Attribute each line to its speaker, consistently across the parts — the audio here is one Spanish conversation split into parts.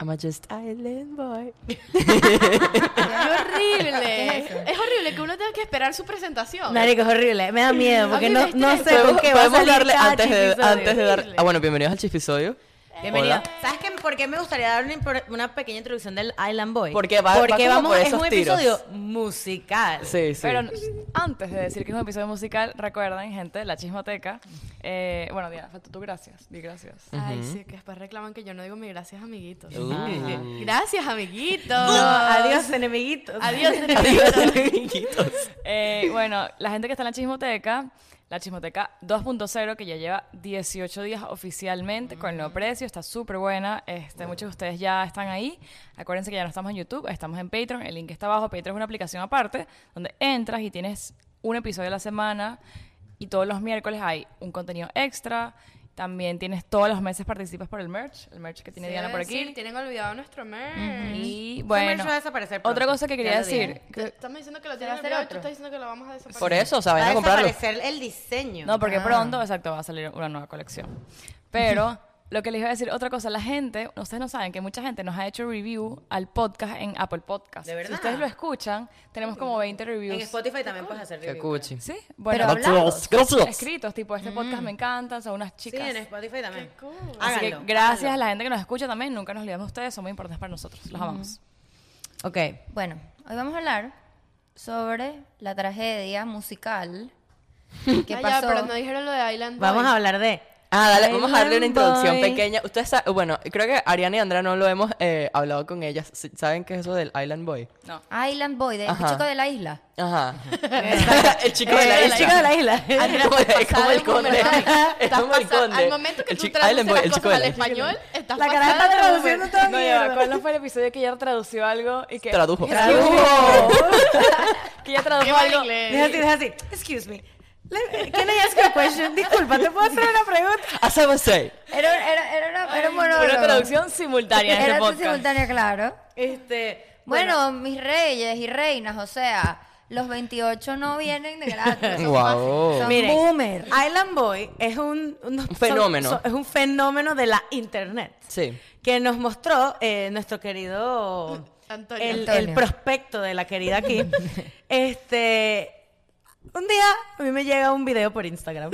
Speaker 1: I'm a just island boy.
Speaker 2: horrible.
Speaker 3: ¿Qué es
Speaker 2: es,
Speaker 3: eso?
Speaker 2: horrible que uno tenga que esperar su presentación.
Speaker 3: Marico, es horrible. Me da miedo porque
Speaker 2: A mí
Speaker 3: no,
Speaker 2: me
Speaker 3: no sé
Speaker 2: estresa.
Speaker 3: con
Speaker 1: Podemos,
Speaker 3: qué va a salir Ah,
Speaker 1: darle
Speaker 3: cada
Speaker 1: antes de,
Speaker 3: episodio.
Speaker 1: antes de dar.
Speaker 2: Horrible.
Speaker 1: Ah, bueno, bienvenidos al chispisodio.
Speaker 3: Bienvenido.
Speaker 1: Hola.
Speaker 3: ¿Sabes qué? ¿Por qué me gustaría dar una, impor- una pequeña introducción del Island Boy?
Speaker 1: Porque va- va
Speaker 3: Porque
Speaker 1: como
Speaker 3: vamos,
Speaker 1: por
Speaker 3: es
Speaker 1: esos
Speaker 3: un
Speaker 1: tiros.
Speaker 3: episodio musical.
Speaker 1: Sí, sí.
Speaker 4: Pero n- antes de decir que es un episodio musical, recuerden, gente, la chismoteca. eh, bueno, Diana, faltó tú gracias. Di gracias.
Speaker 2: Ay, sí, que después reclaman que yo no digo mi gracias, amiguitos.
Speaker 1: Uh.
Speaker 2: Ajá. Gracias, amiguitos.
Speaker 3: No, adiós, enemiguitos.
Speaker 2: Adiós,
Speaker 1: Adiós,
Speaker 2: amiguitos.
Speaker 1: amiguitos.
Speaker 4: Eh, bueno, la gente que está en la chismoteca, la chismoteca 2.0, que ya lleva 18 días oficialmente con el
Speaker 3: Mm.
Speaker 4: nuevo precio, está súper buena. Este, muchos de ustedes ya están ahí. Acuérdense que ya no estamos en YouTube, estamos en Patreon. El link está abajo. Patreon es una aplicación aparte donde entras y tienes un episodio a la semana. Y todos los miércoles hay un contenido extra. También tienes todos los meses participas por el merch, el merch que tiene Diana por aquí.
Speaker 2: Sí, tienen olvidado nuestro merch.
Speaker 4: Y
Speaker 3: merch
Speaker 4: bueno,
Speaker 3: va a desaparecer
Speaker 4: otra
Speaker 3: pronto,
Speaker 4: cosa
Speaker 3: ya
Speaker 4: que quería
Speaker 3: lo dije.
Speaker 4: decir,
Speaker 2: Te- Estamos diciendo que lo
Speaker 3: ¿Se va
Speaker 2: tienen
Speaker 3: a hacer
Speaker 2: olvidado y tú
Speaker 3: otro?
Speaker 2: estás diciendo que lo vamos a desaparecer.
Speaker 1: Por eso, o sea,
Speaker 3: Va
Speaker 1: vayan
Speaker 3: a
Speaker 1: Ah, a comprarlo.
Speaker 3: desaparecer el diseño.
Speaker 4: No, porque
Speaker 3: Ah.
Speaker 4: pronto, exacto, va a salir una nueva colección. Pero lo que les iba a decir, otra cosa, la gente, ustedes no saben que mucha gente nos ha hecho review al podcast en Apple Podcast.
Speaker 3: ¿De verdad?
Speaker 4: Si ustedes lo escuchan, tenemos como 20
Speaker 3: En
Speaker 4: reviews.
Speaker 3: Spotify también puedes hacer
Speaker 1: Qué
Speaker 3: review.
Speaker 1: cuchi.
Speaker 4: Sí, bueno,
Speaker 3: Pero
Speaker 1: Lots of
Speaker 3: hablados.
Speaker 1: girls, girls.
Speaker 4: escritos, tipo, este podcast me encanta, son unas
Speaker 3: Sí,
Speaker 4: chicas.
Speaker 3: en Spotify también.
Speaker 2: Qué cool.
Speaker 4: Así que
Speaker 3: Háganlo.
Speaker 4: gracias a la gente que nos escucha también, nunca nos olvidamos de ustedes, son muy importantes para nosotros,
Speaker 3: Mm.
Speaker 4: los amamos.
Speaker 3: Ok.
Speaker 5: Bueno, hoy vamos a hablar sobre la tragedia musical que
Speaker 2: Ah, ya,
Speaker 5: pasó.
Speaker 2: pero no dijeron lo de Island Boy.
Speaker 3: Vamos a hablar de...
Speaker 1: Ah, dale, vamos a darle una
Speaker 5: Island
Speaker 1: introducción
Speaker 5: Boy.
Speaker 1: pequeña. Ustedes sa- bueno, creo que Ariana y Andrea no lo hemos eh, hablado con ellas. Sí, ¿Saben qué es eso del Island Boy?
Speaker 4: No.
Speaker 5: Island Boy, de este
Speaker 1: Ajá.
Speaker 5: chico de la isla.
Speaker 1: Ajá. el chico de la
Speaker 3: Eh,
Speaker 1: isla.
Speaker 3: el chico de la isla.
Speaker 1: Es como, es como el
Speaker 2: pasada de
Speaker 1: conde.
Speaker 2: boomerang.
Speaker 1: Es como el conde.
Speaker 2: Al momento que
Speaker 1: El
Speaker 2: tú
Speaker 1: chico-
Speaker 2: traduces
Speaker 1: Island Boy,
Speaker 2: las
Speaker 1: el chico
Speaker 2: cosas
Speaker 1: de
Speaker 2: al
Speaker 1: la isla.
Speaker 2: español, estás
Speaker 3: La cara
Speaker 2: pasada
Speaker 3: está
Speaker 2: de
Speaker 3: traduciendo
Speaker 2: boomerang.
Speaker 3: toda
Speaker 4: No, ya, va, ¿cuál fue el episodio que ella tradució algo? Y que,
Speaker 1: Tradujo.
Speaker 4: que ella tradujo
Speaker 2: Qué mal
Speaker 4: algo.
Speaker 2: inglés.
Speaker 3: Es así, es así. Excuse me. Le- Can I ask you a question? Disculpa, ¿te puedo hacer una pregunta?
Speaker 1: I said, I said.
Speaker 5: Era, era, era, una, era un monólogo.
Speaker 4: Una traducción simultánea en este
Speaker 5: Era
Speaker 4: podcast.
Speaker 5: simultánea, claro.
Speaker 3: Este...
Speaker 5: Bueno, mis reyes y reinas, o sea, los 28 no vienen de gratis. son
Speaker 1: Wow.
Speaker 5: fáciles, son
Speaker 3: Miren,
Speaker 5: boomer.
Speaker 3: Island Boy es un, un- son-
Speaker 1: fenómeno.
Speaker 3: son- es un fenómeno de la internet.
Speaker 1: Sí.
Speaker 3: Que nos mostró eh, nuestro querido.
Speaker 2: Antonio.
Speaker 3: El,
Speaker 5: Antonio.
Speaker 3: el prospecto de la querida aquí. este. Un día a mí me llega un video por Instagram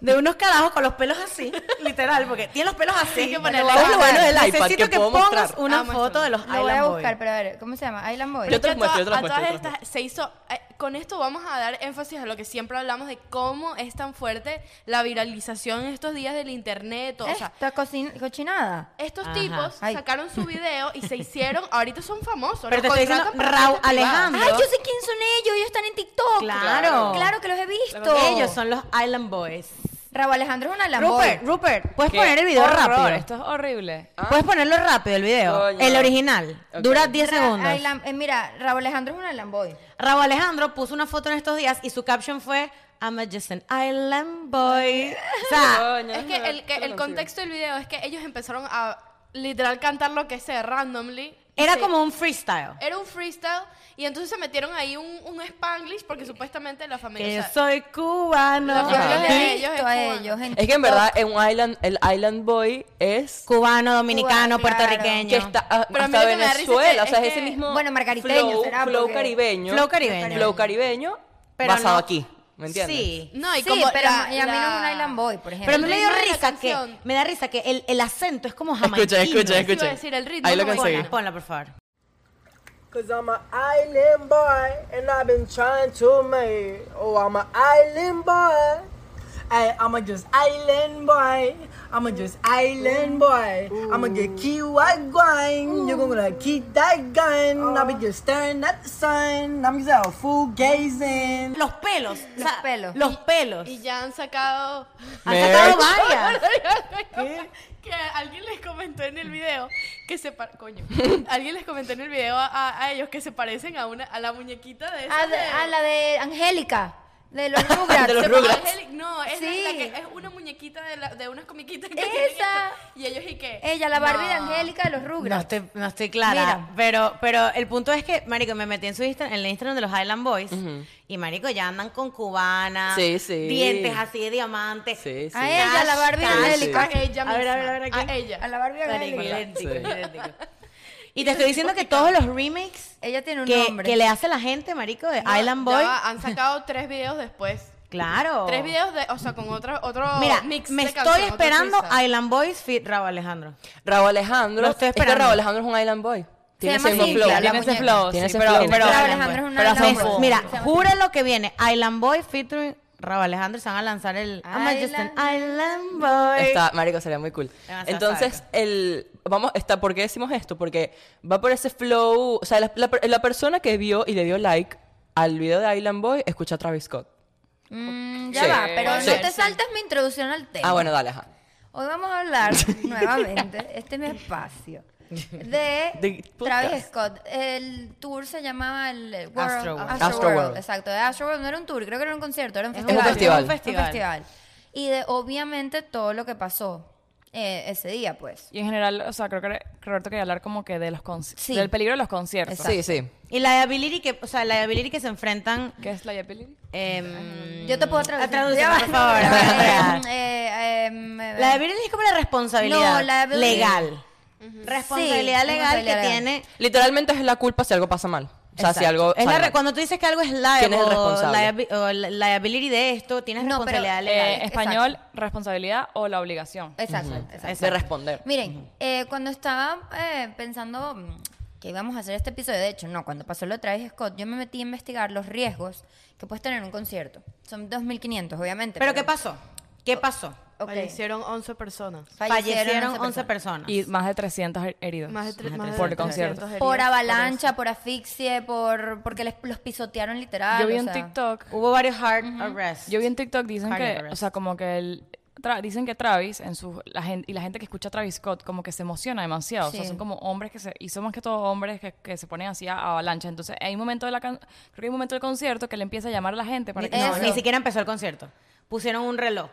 Speaker 3: de unos carajos con los pelos así, literal, porque tienen los pelos así.
Speaker 2: que ponerle
Speaker 3: Bueno,
Speaker 1: cara.
Speaker 3: bueno, el
Speaker 1: Necesito
Speaker 3: iPad que,
Speaker 1: que puedo
Speaker 3: pongas
Speaker 1: mostrar.
Speaker 3: una
Speaker 2: Ah,
Speaker 3: foto
Speaker 2: muéstralo.
Speaker 3: de los
Speaker 5: Lo voy
Speaker 3: Island
Speaker 5: a
Speaker 3: Boy.
Speaker 5: buscar, pero a ver, ¿cómo se llama? Island Boy.
Speaker 1: Yo te
Speaker 2: que
Speaker 1: los muestro,
Speaker 2: a
Speaker 1: yo te los
Speaker 2: todas- a
Speaker 1: muestro, yo
Speaker 2: todas
Speaker 1: te los
Speaker 2: estas se hizo eh, con esto vamos a dar énfasis a lo que siempre hablamos de cómo es tan fuerte la viralización en estos días del internet, o sea,
Speaker 5: Esta cocin- cochinada.
Speaker 2: estos
Speaker 3: Ajá.
Speaker 2: tipos
Speaker 5: ¿Eh? Ay.
Speaker 2: sacaron su video y se hicieron, ahorita son famosos,
Speaker 3: Pero
Speaker 2: los
Speaker 3: te estoy diciendo,
Speaker 2: contratan para
Speaker 3: Raúl
Speaker 2: fiestas privadas.
Speaker 3: Alejandro.
Speaker 5: Ay, yo sé quién son ellos, ellos están en TikTok.
Speaker 3: Claro.
Speaker 5: Claro que los he visto.
Speaker 3: Ellos son los Island Boys.
Speaker 5: Raúl Alejandro es un Island Boy.
Speaker 3: Rupert, Rupert, ¿puedes
Speaker 4: Qué
Speaker 3: poner el video
Speaker 4: horror,
Speaker 3: rápido?
Speaker 4: Esto es horrible.
Speaker 3: Puedes ponerlo rápido el video.
Speaker 1: ¿Ah? Coño.
Speaker 3: El original.
Speaker 1: Ok.
Speaker 3: Dura 10
Speaker 5: Ra-
Speaker 3: segundos.
Speaker 5: Island- eh, mira, Raúl Alejandro es un Island Boy.
Speaker 3: Raúl Alejandro puso una foto en estos días y su caption fue I'm a just an island boy. O sea,
Speaker 2: Ah, Es que el, que el contexto del video es que ellos empezaron a literal cantar lo que sea randomly. y
Speaker 3: era
Speaker 2: se-
Speaker 3: como un freestyle.
Speaker 2: Era un freestyle y entonces se metieron ahí un, un spanglish porque supuestamente la familia...
Speaker 3: Que
Speaker 2: o
Speaker 3: yo
Speaker 2: sea,
Speaker 3: soy cubano.
Speaker 2: Los
Speaker 1: Ajá.
Speaker 2: videos de
Speaker 5: He
Speaker 2: ellos
Speaker 5: visto
Speaker 2: es
Speaker 5: a
Speaker 2: cubano.
Speaker 5: ellos en
Speaker 1: Es que en
Speaker 5: TikTok.
Speaker 1: verdad en un island, el Island Boy es
Speaker 3: Cubano, dominicano,
Speaker 5: Cubano,
Speaker 3: puertorriqueño.
Speaker 1: que está a-
Speaker 2: Pero a mí
Speaker 1: hasta
Speaker 2: lo que me da risa es que-
Speaker 1: Venezuela, o sea,
Speaker 2: es
Speaker 1: es ese
Speaker 2: que-
Speaker 1: mismo
Speaker 5: bueno, margariteño
Speaker 1: flow,
Speaker 5: será,
Speaker 1: flow
Speaker 5: porque-
Speaker 1: caribeño,
Speaker 3: Flow caribeño.
Speaker 1: flow caribeño,
Speaker 3: Pero
Speaker 1: basado
Speaker 3: no-
Speaker 1: aquí, ¿me entiendes?
Speaker 3: Sí.
Speaker 2: No, y
Speaker 5: sí,
Speaker 2: como
Speaker 5: pero
Speaker 2: la-
Speaker 5: y a mí no es
Speaker 2: la-
Speaker 5: un Island Boy, por ejemplo.
Speaker 3: Pero a mí me dio
Speaker 2: ritmo de la
Speaker 3: risa que
Speaker 2: canción.
Speaker 3: me da risa que el, el acento es como jamaiquino.
Speaker 1: Escuchen, escuchen,
Speaker 2: iba a
Speaker 1: escuchen.
Speaker 2: decir, el ritmo
Speaker 1: Ahí lo
Speaker 2: es muy
Speaker 1: conseguí.
Speaker 2: bueno.
Speaker 3: Ponla, por favor.
Speaker 6: Cause I'm an island boy and I've been trying to make. Oh, I'm an island boy. I, I'm a just island boy. I'm a just island boy. I'm gonna get key white going. You're gonna keep that gun. I'll be just staring at the sun. I'm just out full gazing.
Speaker 3: Los pelos. o
Speaker 5: Los
Speaker 3: sea,
Speaker 5: pelos.
Speaker 3: Los pelos.
Speaker 2: Y ya han sacado...
Speaker 3: Han sacado
Speaker 1: Merch.
Speaker 3: varias.
Speaker 2: que alguien les comentó en el video que se par- coño alguien les comentó en el video a, a- a ellos que se parecen a una a la muñequita de esa
Speaker 5: A, de- a la de Angélica. De los Rugrats.
Speaker 1: De los
Speaker 5: Se-
Speaker 2: Pero
Speaker 1: Rugrats.
Speaker 2: Ángel, no, es la-
Speaker 5: Sí.
Speaker 2: la que- eh, es una muñequita de, la- de unas comiquitas que
Speaker 5: Esa.
Speaker 2: tienen esto. Y ellos y que.
Speaker 5: Ella, la Barbie de
Speaker 2: no.
Speaker 5: Angélica de los
Speaker 3: No
Speaker 5: Rugrats.
Speaker 3: estoy, no estoy clara.
Speaker 5: Mira.
Speaker 3: Pero, pero el punto es que, Marico, me metí en su Instagram, en el Instagram de los Highland Boys. Y Marico, ya andan con cubanas.
Speaker 1: Sí, sí.
Speaker 3: Dientes así de diamantes.
Speaker 1: Sí, sí.
Speaker 5: A ella, la Barbie de
Speaker 1: Sí, sí.
Speaker 5: Angélica.
Speaker 2: A ella misma.
Speaker 3: A ver, a ver, a ver, aquí.
Speaker 2: ella.
Speaker 5: A la Barbie de
Speaker 3: Marico,
Speaker 5: Angélica.
Speaker 3: idéntico,
Speaker 1: Sí.
Speaker 3: idéntico. Y te estoy diciendo que todos los remakes
Speaker 5: Ella tiene un
Speaker 3: que,
Speaker 5: nombre.
Speaker 3: que le hace la gente, Marico, de
Speaker 2: No,
Speaker 3: Ah, Island
Speaker 2: ya
Speaker 3: Boy.
Speaker 2: va, han sacado tres videos después.
Speaker 3: Claro.
Speaker 2: Tres videos de, o sea, con otro, otro
Speaker 3: Oh. Mira,
Speaker 2: mix
Speaker 3: me
Speaker 2: de
Speaker 3: estoy
Speaker 2: canción, otro
Speaker 3: esperando
Speaker 2: freestyle.
Speaker 3: Island Boys fit Raúl Alejandro.
Speaker 1: Raúl Alejandro.
Speaker 3: Lo estoy
Speaker 1: es que
Speaker 3: esperando.
Speaker 1: Raúl Alejandro es un Island Boy. Tiene
Speaker 5: llama
Speaker 1: ese mismo
Speaker 5: así,
Speaker 1: flow.
Speaker 5: claro, la
Speaker 4: Tiene ese
Speaker 5: muñeca.
Speaker 4: flow,
Speaker 1: Tiene
Speaker 4: sí,
Speaker 1: ese
Speaker 4: pero,
Speaker 1: flow.
Speaker 4: pero,
Speaker 5: Pero
Speaker 4: pero-
Speaker 5: Alejandro es una
Speaker 4: pero
Speaker 5: gran
Speaker 4: hacen
Speaker 5: voz.
Speaker 4: full.
Speaker 3: Mira,
Speaker 5: Se llama
Speaker 3: jura lo que viene. Island Boy featuring Raúl Alejandro. Se van a lanzar el. I'm just an
Speaker 5: Island-
Speaker 3: Island Boy.
Speaker 1: Está, marico, sería muy cool.
Speaker 3: Demasiado
Speaker 1: Entonces,
Speaker 3: sádico.
Speaker 1: el, vamos, está, ¿por qué decimos esto? Porque va por ese flow, o sea, la, la per- la persona que vio y le dio like al video de Island Boy escucha a Travis Scott.
Speaker 5: Mm, ya
Speaker 1: Sí.
Speaker 5: va, pero
Speaker 1: Sí.
Speaker 5: no te saltes mi introducción al tema.
Speaker 1: Ah, bueno, dale, ajá.
Speaker 5: Hoy vamos a hablar nuevamente, este es mi espacio, de,
Speaker 1: De
Speaker 5: Travis
Speaker 1: podcast.
Speaker 5: Scott. El tour se llamaba el eh, World,
Speaker 3: Astroworld.
Speaker 1: Astroworld.
Speaker 5: Exacto, de Astroworld no era un tour, creo que era un concierto, era un
Speaker 3: Es un
Speaker 5: festival.
Speaker 1: festival.
Speaker 5: Un festival. Y de obviamente todo lo que pasó eh, ese día, pues.
Speaker 4: Y en general, o sea, creo que Roberto quería hablar como que de los conci-
Speaker 5: Sí.
Speaker 4: del peligro de los conciertos.
Speaker 1: Sí,
Speaker 5: Exacto.
Speaker 1: sí.
Speaker 3: Y la liability que, o sea, la liability que se enfrentan.
Speaker 4: ¿Qué es la liability?
Speaker 3: em,
Speaker 5: Yo te puedo traducir.
Speaker 3: Traduce,
Speaker 5: Ya va.
Speaker 3: por favor, Andrea.
Speaker 5: Eh, eh, em, eh,
Speaker 3: La liability es como la responsabilidad
Speaker 5: No, la liability-
Speaker 3: legal. Responsabilidad
Speaker 5: Sí,
Speaker 3: legal que
Speaker 5: responsabilidad legal.
Speaker 3: tiene.
Speaker 1: Literalmente es la culpa si algo pasa mal. O sea, si
Speaker 3: Exacto.
Speaker 1: algo.
Speaker 3: Es la
Speaker 1: sale
Speaker 3: re-
Speaker 1: mal.
Speaker 3: cuando tú dices que algo es liable,
Speaker 1: ¿Quién es el responsable?
Speaker 3: liabi- o la- liability de esto, tienes
Speaker 5: No, pero,
Speaker 3: responsabilidad
Speaker 4: Eh,
Speaker 3: legal.
Speaker 5: exacto.
Speaker 4: español, responsabilidad o la obligación.
Speaker 5: Exacto, exacto.
Speaker 1: de responder.
Speaker 5: Miren, eh, cuando estaba eh, pensando mm, que íbamos a hacer este episodio, de hecho, no, cuando pasó lo de Travis Scott, yo me metí a investigar los riesgos que puedes tener en un concierto. Son 2.500, obviamente.
Speaker 3: pero ¿qué pasó? ¿Qué pasó?
Speaker 5: ok,
Speaker 2: Fallecieron 11 personas.
Speaker 3: Fallecieron 11
Speaker 5: personas.
Speaker 3: personas.
Speaker 4: Y más de 300 her- heridos.
Speaker 2: Más de, tres, más de
Speaker 4: Por el
Speaker 2: 300
Speaker 4: concierto.
Speaker 2: heridos
Speaker 5: Por
Speaker 2: eso.
Speaker 5: avalancha, por asfixie, por porque les, los pisotearon literal.
Speaker 4: Yo vi
Speaker 5: Ah, o
Speaker 4: en
Speaker 5: sea.
Speaker 4: TikTok
Speaker 3: Hubo varios heart arrests.
Speaker 4: Yo vi en TikTok dicen
Speaker 3: Cardiac
Speaker 4: que, o
Speaker 3: arrest.
Speaker 4: sea, como que el tra- dicen que Travis en sus la gente y la gente que escucha a Travis Scott como que se emociona demasiado, o sea,
Speaker 5: Sí.
Speaker 4: son como hombres que se y son más que todo hombres que, que se ponen así a, a avalancha, entonces hay un momento de la can- creo que hay un momento del concierto que le empieza a llamar a la gente para
Speaker 3: Ni-
Speaker 4: que
Speaker 3: no,
Speaker 5: Eso.
Speaker 3: ni siquiera empezó el concierto. Pusieron un reloj,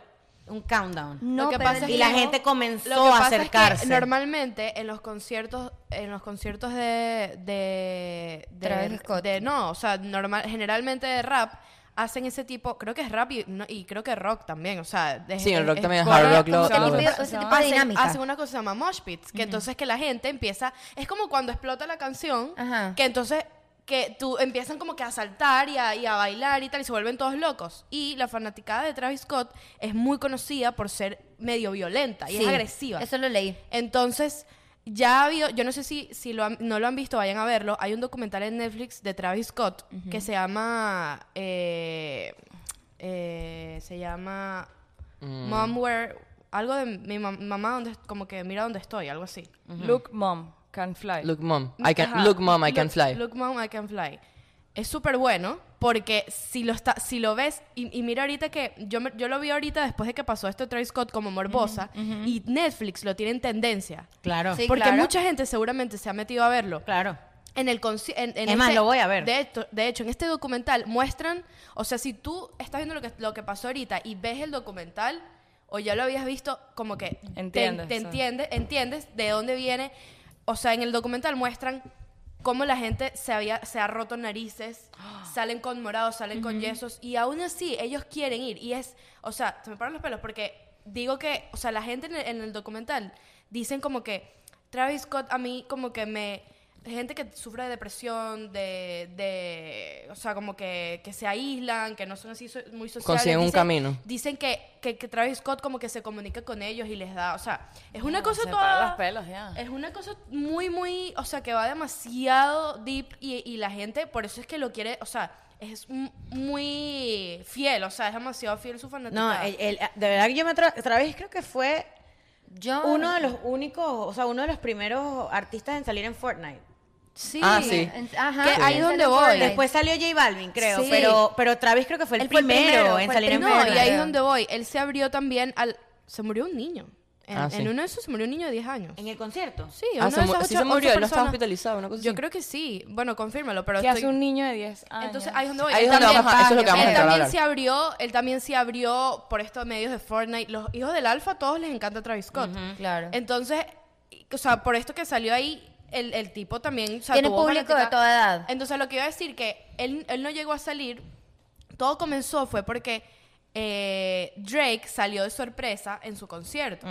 Speaker 3: un countdown.
Speaker 5: No,
Speaker 2: Lo que
Speaker 5: pero
Speaker 2: pasa es
Speaker 3: y
Speaker 2: que
Speaker 3: la
Speaker 2: no.
Speaker 3: gente comenzó
Speaker 2: Lo que
Speaker 3: a
Speaker 2: pasa es que
Speaker 3: acercarse.
Speaker 2: normalmente en los conciertos, en los conciertos de, de, de-
Speaker 5: Travis Scott.
Speaker 2: de- no, o sea, normal, generalmente de rap hacen ese tipo, creo que es rap y, no- y creo que rock también, o sea, de-
Speaker 1: Sí, el
Speaker 2: es-
Speaker 1: rock
Speaker 2: es
Speaker 1: también es
Speaker 2: correr,
Speaker 1: hard rock,
Speaker 2: como
Speaker 1: lo-
Speaker 2: que
Speaker 5: Como
Speaker 1: lo-
Speaker 5: que
Speaker 1: lo-
Speaker 5: ese tipo de
Speaker 2: hacen,
Speaker 5: dinámica.
Speaker 2: hacen una cosa que se llama mosh pits, que entonces que la gente empieza, es como cuando explota la canción,
Speaker 5: Ajá.
Speaker 2: que entonces que tú empiezan como que a saltar y a, y a bailar y tal, y se vuelven todos locos. Y la fanaticada de Travis Scott es muy conocida por ser medio violenta y
Speaker 5: Sí,
Speaker 2: es agresiva.
Speaker 5: Eso lo leí.
Speaker 2: Entonces, ya ha habido, yo no sé si, si lo han- no lo han visto, vayan a verlo. Hay un documental en Netflix de Travis Scott que se llama. eh, eh, se llama.
Speaker 1: Mm.
Speaker 2: Mom, where. Algo de mi mam- mamá, donde, como que mira dónde estoy, algo así.
Speaker 4: Look mom can fly.
Speaker 1: Look mom, I can,
Speaker 2: Ajá.
Speaker 1: look mom, I can
Speaker 2: Look-
Speaker 1: fly.
Speaker 2: Look mom, I can fly. Es súper bueno porque si lo, está, si lo ves, y, y mira ahorita que yo, me- yo lo vi ahorita después de que pasó esto de Travis Scott como morbosa, y Netflix lo tiene en tendencia.
Speaker 3: Claro.
Speaker 5: Sí,
Speaker 2: Porque
Speaker 5: claro.
Speaker 2: mucha gente seguramente se ha metido a verlo.
Speaker 3: Claro.
Speaker 2: En el conci- en, en
Speaker 3: Es más,
Speaker 2: este-
Speaker 3: lo voy a ver.
Speaker 2: De, esto- de hecho, en este documental muestran, o sea, si tú estás viendo lo que, lo que pasó ahorita y ves el documental, o ya lo habías visto, como que te-
Speaker 4: Entiendes,
Speaker 2: te,
Speaker 4: sí.
Speaker 2: entiendes, entiendes de dónde viene. O sea, en el documental muestran cómo la gente se, había, se ha roto narices, salen con morados, salen con yesos, y aún así ellos quieren ir. Y es, o sea, se me paran los pelos porque digo que, o sea, la gente en el, en el documental dicen como que Travis Scott a mí como que me... Gente que sufre de depresión, de, de- O sea, como que, que se aíslan, que no son así so- muy sociales.
Speaker 1: Consiguen un
Speaker 2: dicen-
Speaker 1: camino.
Speaker 2: Dicen que, que, que Travis Scott como que se comunica con ellos y les da, o sea, es una cosa
Speaker 4: se
Speaker 2: toda...
Speaker 4: paran los pelos, ya.
Speaker 2: Es una cosa muy, muy, o sea, que va demasiado deep y, y la gente, por eso es que lo quiere, o sea, es m- muy fiel, o sea, es demasiado fiel su fanática.
Speaker 3: No, el- el- de verdad que yo me tra Travis creo que fue
Speaker 5: Yo,
Speaker 3: uno de los únicos, o sea, uno de los primeros artistas en salir en Fortnite.
Speaker 2: sí.
Speaker 1: Ah, sí.
Speaker 5: en- Ajá.
Speaker 2: Que ahí
Speaker 5: en
Speaker 2: es donde
Speaker 5: Saturday
Speaker 2: voy.
Speaker 5: Night.
Speaker 3: Después salió J Balvin, creo,
Speaker 5: Sí.
Speaker 3: pero, pero Travis creo que fue el,
Speaker 5: Él fue el
Speaker 3: primero,
Speaker 5: primero,
Speaker 3: en
Speaker 5: fue el
Speaker 3: salir en
Speaker 2: No,
Speaker 5: primero.
Speaker 3: Fortnite.
Speaker 2: y ahí es
Speaker 5: Creo.
Speaker 2: donde voy. Él se abrió también al... Se murió un niño. En,
Speaker 1: Ah, sí.
Speaker 2: en uno de esos se murió un niño de 10 años.
Speaker 3: ¿En el concierto?
Speaker 2: Sí,
Speaker 1: Ah,
Speaker 2: uno
Speaker 1: se
Speaker 2: de
Speaker 1: mu-
Speaker 2: esos
Speaker 1: sí
Speaker 2: ocho-
Speaker 1: se murió,
Speaker 2: ocho
Speaker 1: no estaba
Speaker 2: personas.
Speaker 1: hospitalizado, una cosa
Speaker 2: Yo
Speaker 1: así.
Speaker 2: creo que sí. Bueno, confírmalo, pero
Speaker 4: ¿Qué
Speaker 2: estoy...
Speaker 4: hace un niño de 10 años?
Speaker 2: Entonces, ahí es donde voy.
Speaker 1: Ahí
Speaker 2: Él
Speaker 1: es donde
Speaker 2: también-
Speaker 1: vamos a- eso es lo que vamos a
Speaker 2: él
Speaker 1: entrar a
Speaker 2: también
Speaker 1: hablar.
Speaker 2: se abrió, él también se abrió por estos medios de Fortnite. Los hijos del alfa, a todos les encanta Travis Scott.
Speaker 5: Claro.
Speaker 2: Entonces, y- o sea, por esto que salió ahí, el, el tipo también... o sea,
Speaker 5: Tiene
Speaker 2: tuvo
Speaker 5: público de
Speaker 2: fanaticada.
Speaker 5: toda edad.
Speaker 2: Entonces, lo que iba a decir que él, él no llegó a salir. Todo comenzó fue porque eh, Drake salió de sorpresa en su concierto.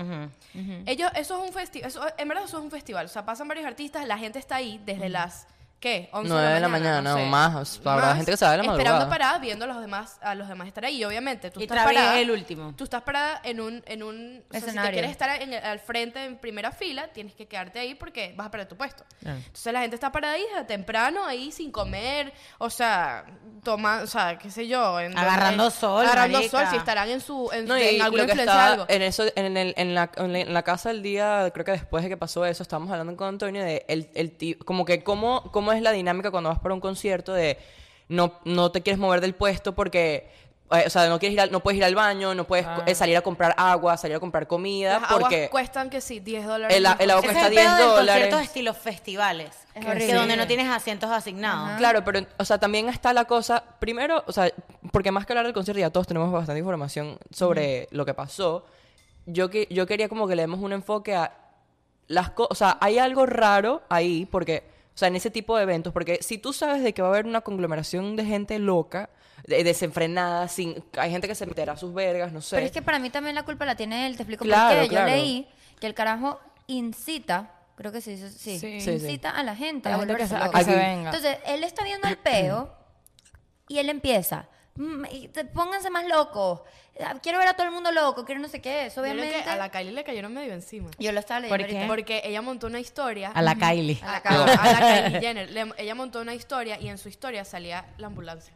Speaker 2: Ellos, eso es un festival, en verdad eso es un festival. O sea, pasan varios artistas, la gente está ahí desde las, ¿qué? 11
Speaker 1: Nueve de la mañana,
Speaker 2: no sé.
Speaker 1: no, más, o sea, habrá gente que se va de la madrugada.
Speaker 2: Esperando parada, viendo a los demás, a los demás estar ahí. Y obviamente, tú
Speaker 3: Y
Speaker 2: estás
Speaker 3: Travis
Speaker 2: parada.
Speaker 3: es el último.
Speaker 2: Tú estás parada en un, en un o sea, si te
Speaker 5: Escenario.
Speaker 2: quieres estar en el- al frente en primera fila, tienes que quedarte ahí porque vas a perder tu puesto. Entonces la gente está parada ahí desde temprano, ahí sin comer, o sea, toma, o sea, qué sé yo, en-
Speaker 3: Agarrando sol,
Speaker 2: agarrando
Speaker 3: marica.
Speaker 2: sol, si estarán en su, en,
Speaker 1: No,
Speaker 2: en
Speaker 1: y
Speaker 2: alguna
Speaker 1: lo que
Speaker 2: influencia de
Speaker 1: estaba
Speaker 2: algo.
Speaker 1: en eso, en, el- en la, en la- en la casa del día, creo que después de que pasó eso, estábamos hablando con Antonio de el, el ti- como que cómo, cómo es la dinámica cuando vas para un concierto de no, no te quieres mover del puesto porque eh, o sea, no quieres ir al- no puedes ir al baño, no puedes eh, salir a comprar agua, salir a comprar comida,
Speaker 2: Ah. Las aguas
Speaker 1: porque
Speaker 2: cuestan que sí, 10 dólares.
Speaker 1: El a- el agua
Speaker 3: Ese
Speaker 1: cuesta
Speaker 3: es el pedo
Speaker 1: 10
Speaker 3: del concierto
Speaker 1: dólares.
Speaker 3: estilo festivales.
Speaker 5: Es
Speaker 3: que
Speaker 5: horrible.
Speaker 3: donde no tienes asientos asignados.
Speaker 1: Ah. Claro, pero, o sea, también está la cosa, primero, o sea, porque más que hablar del concierto, ya todos tenemos bastante información sobre lo que pasó, yo, que, yo quería como que le demos un enfoque a las cosas, o sea, hay algo raro ahí, porque, o sea, en ese tipo de eventos, porque si tú sabes de que va a haber una conglomeración de gente loca, de- desenfrenada, sin, hay gente que se meterá a sus vergas, no sé.
Speaker 5: Pero es que para mí también la culpa la tiene él, te explico
Speaker 1: Claro,
Speaker 5: por qué.
Speaker 1: claro.
Speaker 5: Yo leí que el carajo incita, creo que se dice, sí,
Speaker 4: Sí. Sí,
Speaker 1: sí.
Speaker 5: incita a la gente
Speaker 4: A
Speaker 5: a,
Speaker 4: la gente que se,
Speaker 5: volverse
Speaker 4: a
Speaker 5: loca.
Speaker 4: que se
Speaker 1: Aquí.
Speaker 4: venga.
Speaker 5: Entonces, él está viendo el peo y él empieza. "Mm, y te- Pónganse más locos. Ah, Quiero ver a todo el mundo loco. Quiero no sé qué. Eso,
Speaker 2: Yo creo que
Speaker 5: obviamente.
Speaker 2: a la Kylie le cayeron medio encima.
Speaker 5: Yo lo estaba leyendo
Speaker 3: ¿Por qué?
Speaker 5: ahorita.
Speaker 2: Porque ella montó una historia.
Speaker 3: A la Kylie.
Speaker 5: A la
Speaker 2: No,
Speaker 5: cara.
Speaker 2: a la Kylie Jenner. Le- ella montó una historia y en su historia salía la ambulancia.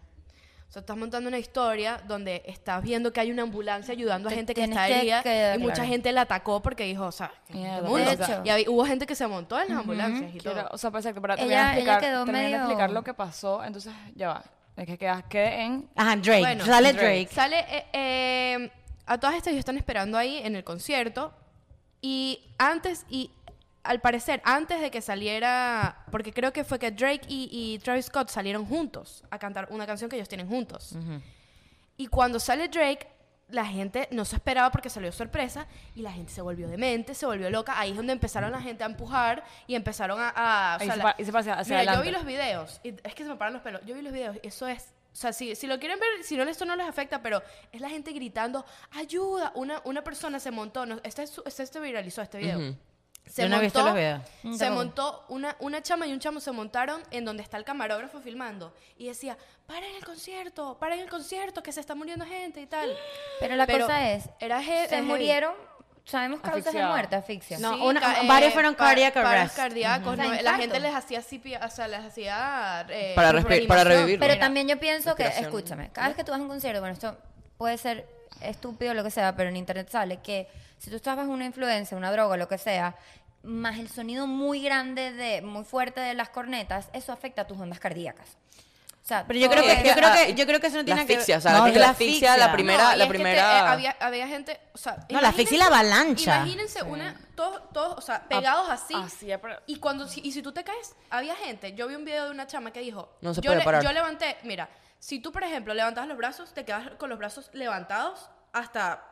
Speaker 2: O sea, estás montando una historia donde estás viendo que hay una ambulancia ayudando a
Speaker 5: Te
Speaker 2: gente que
Speaker 5: tienes
Speaker 2: está
Speaker 5: que
Speaker 2: herida
Speaker 5: quedar
Speaker 2: y mucha
Speaker 5: claro.
Speaker 2: gente la atacó porque dijo, o sea, ¿qué
Speaker 4: Mierda.
Speaker 2: mundo?
Speaker 5: De hecho.
Speaker 2: y había- hubo gente que se montó en las ambulancias y todo.
Speaker 4: Quiero- o sea, para, para
Speaker 5: Ella-
Speaker 4: terminar de
Speaker 5: ella
Speaker 4: explicar,
Speaker 5: quedó
Speaker 4: terminar de
Speaker 5: medio-
Speaker 4: explicar lo que pasó, entonces ya va. Es que quedas, quedé en...
Speaker 3: Ajá, Drake.
Speaker 2: Bueno,
Speaker 3: Sale Drake.
Speaker 2: Sale, eh, eh, a todas estas ellos están esperando ahí en el concierto y antes y al parecer antes de que saliera, porque creo que fue que Drake y, y Travis Scott salieron juntos a cantar una canción que ellos tienen juntos. Y cuando sale Drake, la gente no se esperaba porque salió sorpresa y la gente se volvió demente, se volvió loca. Ahí es donde empezaron la gente a empujar y empezaron a... a- o
Speaker 4: Ahí
Speaker 2: sea,
Speaker 4: se
Speaker 2: la-
Speaker 4: pa- y se pasa hacia
Speaker 2: Mira, yo
Speaker 4: adelante.
Speaker 2: vi los videos, y es que se me paran los pelos. Yo vi los videos, y eso es... O sea, si, si lo quieren ver, si no, esto no les afecta, pero es la gente gritando, ayuda. Una, una persona se montó, no, este, es su- este, este viralizó este video. Se
Speaker 3: Yo no he visto los videos.
Speaker 5: Mm,
Speaker 2: Se montó una, una chama y un chamo se montaron en donde está el camarógrafo filmando y decía, paren el concierto, paren el concierto, que se está muriendo gente y tal.
Speaker 5: Pero la cosa es:
Speaker 2: era he- es
Speaker 5: se
Speaker 2: heavy.
Speaker 5: murieron. Sabemos causas
Speaker 4: Asfixiado.
Speaker 5: de muerte, asfixia.
Speaker 3: No,
Speaker 2: Sí,
Speaker 3: una-
Speaker 2: ca- eh,
Speaker 3: varios fueron
Speaker 2: par-
Speaker 3: cardiac
Speaker 2: paros
Speaker 3: arrest.
Speaker 2: cardíacos, no,
Speaker 5: Ujú. O sea,
Speaker 2: la
Speaker 5: infarto.
Speaker 2: gente les hacía CPR, o sea, les hacía eh,
Speaker 1: Para respi- para
Speaker 2: reanimación.
Speaker 1: revivirlo.
Speaker 5: Pero
Speaker 1: Mira,
Speaker 5: también yo pienso que,
Speaker 1: respiración.
Speaker 5: escúchame, cada vez que tú vas a un concierto, bueno, esto puede ser estúpido lo que sea, pero en internet sale que si tú estás bajo una influencia, una droga, lo que sea, más el sonido muy grande, de muy fuerte de las cornetas, eso afecta a tus ondas cardíacas. O sea,
Speaker 3: Pero yo creo que,
Speaker 5: todo
Speaker 3: yo
Speaker 5: es-
Speaker 3: creo
Speaker 1: ah,
Speaker 3: que, yo creo que eso no
Speaker 1: la
Speaker 3: tiene que
Speaker 1: asfixia, o sea, la gente que la asfixia, la primera-
Speaker 2: y es que te-
Speaker 1: primera-
Speaker 2: eh, había, había gente, o sea,
Speaker 3: No,
Speaker 2: imagínense-
Speaker 3: la asfixia y la avalancha. Ah,
Speaker 2: Imagínense una todos todos, o sea, pegados así.
Speaker 4: así, pero-
Speaker 2: y cuando si- y si tú te caes, había gente. Yo vi un video de una chama que dijo,
Speaker 1: No se
Speaker 2: yo
Speaker 1: puede parar.
Speaker 2: yo levanté, mira, si tú por ejemplo levantas los brazos, te quedas con los brazos levantados hasta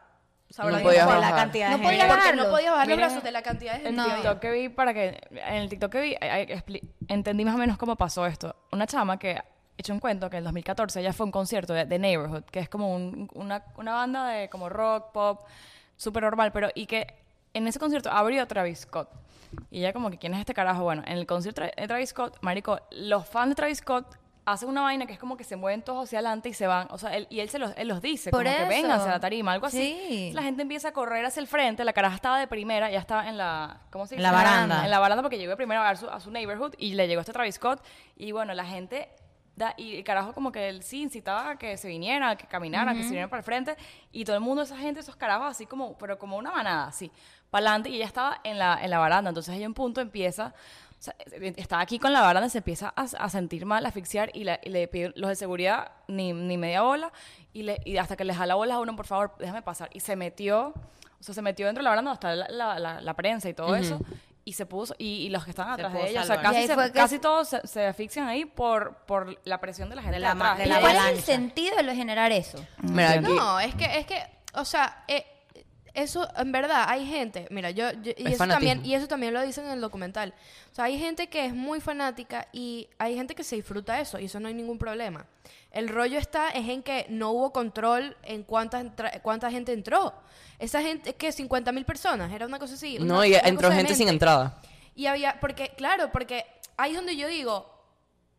Speaker 2: sabrá
Speaker 1: No
Speaker 2: Dios
Speaker 1: podías
Speaker 2: cuál.
Speaker 1: bajar.
Speaker 3: la cantidad de
Speaker 5: No
Speaker 3: gente.
Speaker 5: podía
Speaker 2: Porque
Speaker 5: bajarlos.
Speaker 2: no podías bajar los
Speaker 4: Miren,
Speaker 2: brazos de la cantidad de gente
Speaker 4: El
Speaker 2: que había.
Speaker 4: TikTok que vi para que en el TikTok que vi ay, ay, expli- entendí más o menos cómo pasó esto. Una chama que hecho un cuento que en el 2014 ella fue a un concierto de, de Neighborhood, que es como un- una, una banda de como rock, pop, súper normal, pero y que en ese concierto abrió Travis Scott. Y ella como que quién es este carajo? Bueno, en el concierto de Travis Scott, marico, los fans de Travis Scott hacen una vaina que es como que se mueven todos hacia adelante y se van, o sea, él, y él se los, él los dice,
Speaker 5: Por
Speaker 4: como que
Speaker 5: eso.
Speaker 4: vengan hacia la tarima, algo así.
Speaker 5: Sí.
Speaker 4: La gente empieza a correr hacia el frente, la cara estaba de primera, ya estaba en la, ¿cómo se
Speaker 3: En
Speaker 4: dice?
Speaker 3: la baranda.
Speaker 4: En la baranda porque llegó primero a su, a su neighborhood y le llegó este Travis Scott y bueno, la gente da, y el carajo como que él sí incitaba a que se vinieran, a que caminaran, que se vinieran para el frente y todo el mundo, esa gente, esos carajos así como, pero como una manada, así, para adelante y ella estaba en la, en la baranda, entonces ella en punto empieza... o sea, está aquí con la baranda, se empieza a, a sentir mal, a asfixiar y, la- y le piden los de seguridad ni, ni media bola y, le, y hasta que les jala bolas a uno, por favor, déjame pasar. Y se metió, o sea, se metió dentro de la baranda hasta la, la- la- la prensa y todo eso y se puso, y, y los que estaban atrás
Speaker 7: pudo
Speaker 4: de ella, o sea,
Speaker 7: salvar.
Speaker 5: Y
Speaker 4: casi,
Speaker 5: ahí
Speaker 4: se-
Speaker 5: fue que-
Speaker 4: casi todos se, se asfixian ahí por, por la presión de la gente
Speaker 7: De la ma-
Speaker 4: atrás.
Speaker 7: de
Speaker 5: ¿Y
Speaker 7: la
Speaker 5: cuál es el
Speaker 7: avalancha.
Speaker 5: sentido de lo generar eso?
Speaker 1: Mira, aquí.
Speaker 2: No, es que, es que, o sea, eh, eso en verdad hay gente, mira, yo, yo- y
Speaker 1: Es
Speaker 2: eso
Speaker 1: fanatismo.
Speaker 2: también, y eso también lo dicen en el documental. O sea, hay gente que es muy fanática y hay gente que se disfruta eso y eso no hay ningún problema. El rollo está es en que no hubo control en cuánta entra- cuánta gente entró. Esa gente que 50 mil personas, era una cosa así. una-
Speaker 1: No, y
Speaker 2: una
Speaker 1: entró
Speaker 2: cosa
Speaker 1: gente sin
Speaker 2: demente.
Speaker 1: entrada.
Speaker 2: Y había, porque, claro, porque ahí es donde yo digo,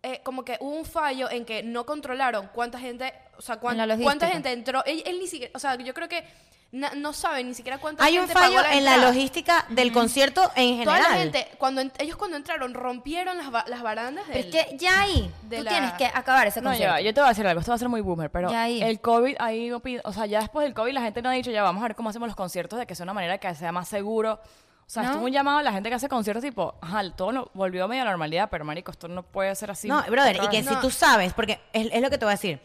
Speaker 2: eh, como que hubo un fallo en que no controlaron cuánta gente, o sea, cuán-
Speaker 5: En la logística.
Speaker 2: cuánta gente entró. Él, él ni siquiera, o sea, yo creo que na- no saben ni siquiera cuánta
Speaker 3: Hay un
Speaker 2: gente
Speaker 3: fallo
Speaker 2: pagó la
Speaker 3: en la
Speaker 2: entrada.
Speaker 3: logística del concierto en
Speaker 2: Toda
Speaker 3: general.
Speaker 2: la gente, cuando en- ellos cuando entraron, rompieron las, ba- las barandas del...
Speaker 5: Pero es que ya ahí,
Speaker 2: de
Speaker 5: tú
Speaker 2: la-
Speaker 5: tienes que acabar ese
Speaker 4: No,
Speaker 5: concierto.
Speaker 4: ya, yo te voy a decir algo, esto va a ser muy boomer, pero
Speaker 5: Ya ahí.
Speaker 4: el COVID, ahí, opi- o sea, ya después del COVID la gente no ha dicho, ya vamos a ver cómo hacemos los conciertos de que sea una manera que sea más seguro. O sea,
Speaker 5: ¿No?
Speaker 4: esto es un llamado a la gente que hace conciertos tipo, ajá, todo no- volvió a medio a la normalidad, pero marico, esto no puede ser así.
Speaker 3: No, brother, y
Speaker 4: otra
Speaker 3: que
Speaker 4: vez.
Speaker 3: si tú sabes, porque es, es lo que te voy a decir.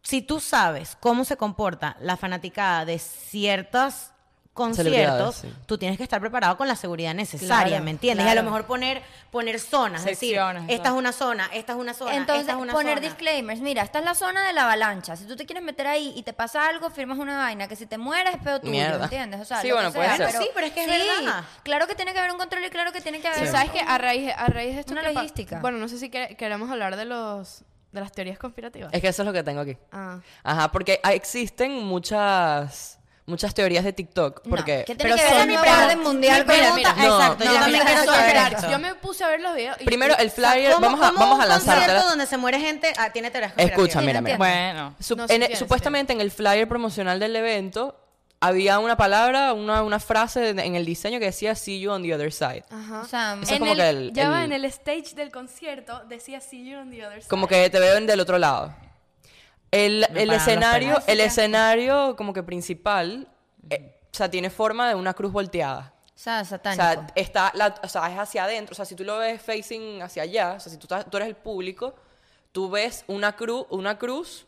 Speaker 3: Si tú sabes cómo se comporta la fanaticada de ciertos conciertos,
Speaker 1: Celebridades, sí.
Speaker 3: tú tienes que estar preparado con la seguridad necesaria,
Speaker 5: Claro,
Speaker 3: ¿me entiendes? Y a
Speaker 5: claro.
Speaker 3: lo mejor poner, poner zonas, es decir,
Speaker 4: Secciones,
Speaker 3: esta es
Speaker 4: claro.
Speaker 3: una zona, esta es una zona, esta
Speaker 5: Entonces,
Speaker 3: es una
Speaker 5: poner
Speaker 3: zona.
Speaker 5: disclaimers. Mira, esta es la zona de la avalancha. Si tú te quieres meter ahí y te pasa algo, firmas una vaina. Que si te mueres, es peor tuyo,
Speaker 1: Mierda.
Speaker 5: ¿entiendes? O sea,
Speaker 1: Sí,
Speaker 5: lo que
Speaker 1: bueno, puede
Speaker 5: sea,
Speaker 1: ser.
Speaker 3: Bueno, sí, pero es que es verdad.
Speaker 5: Claro que tiene que haber un control y claro que tiene que haber...
Speaker 2: Y sabes que a raíz, a raíz de esto...
Speaker 5: Una
Speaker 2: que pa-
Speaker 5: logística.
Speaker 2: Bueno, no sé si quere- queremos hablar de los de las teorías conspirativas.
Speaker 1: Es que eso es lo que tengo aquí.
Speaker 2: Ah.
Speaker 1: Ajá, porque ah, existen muchas muchas teorías de TikTok.
Speaker 5: No,
Speaker 1: Porque
Speaker 5: ¿qué
Speaker 1: pero
Speaker 5: tiene que ver
Speaker 1: son-
Speaker 5: el nuevo orden mundial con
Speaker 2: Mira,
Speaker 5: el-
Speaker 2: mira,
Speaker 1: No, no,
Speaker 3: Exacto, yo
Speaker 2: Yo
Speaker 3: también
Speaker 2: me
Speaker 3: quiero
Speaker 2: puse a
Speaker 3: saber
Speaker 2: ver-
Speaker 3: esto.
Speaker 2: Yo me puse a ver los videos. y-
Speaker 1: primero el flyer,
Speaker 3: ¿Cómo-
Speaker 1: vamos a
Speaker 3: cómo
Speaker 1: vamos a
Speaker 3: un
Speaker 1: lanzártela.
Speaker 3: concierto donde se muere gente ah, tiene teorías conspirativas?
Speaker 1: Escucha, mira, mira.
Speaker 5: entiendo.
Speaker 4: Bueno,
Speaker 1: Sup-
Speaker 2: No, sí
Speaker 1: en-
Speaker 2: tiene, sí
Speaker 1: supuestamente en el flyer promocional del evento había una palabra, una, una frase en el diseño que decía see you on the other side.
Speaker 2: Ajá.
Speaker 5: O sea,
Speaker 1: Eso es
Speaker 2: En
Speaker 1: como
Speaker 2: el-
Speaker 1: que el-
Speaker 2: ya va,
Speaker 1: el-
Speaker 2: en el stage del concierto decía See you on the other side.
Speaker 1: Como que te veo del otro lado. El, el
Speaker 3: pararon los
Speaker 1: escenario,
Speaker 3: pelos.
Speaker 1: el escenario como que principal, eh, o sea, tiene forma de una cruz volteada.
Speaker 5: o sea,
Speaker 1: O
Speaker 5: satánico.
Speaker 1: sea, está la- o sea, es hacia adentro. O sea, si tú lo ves facing hacia allá, o sea, si tú, estás- tú eres el público, tú ves una, cruz una cruz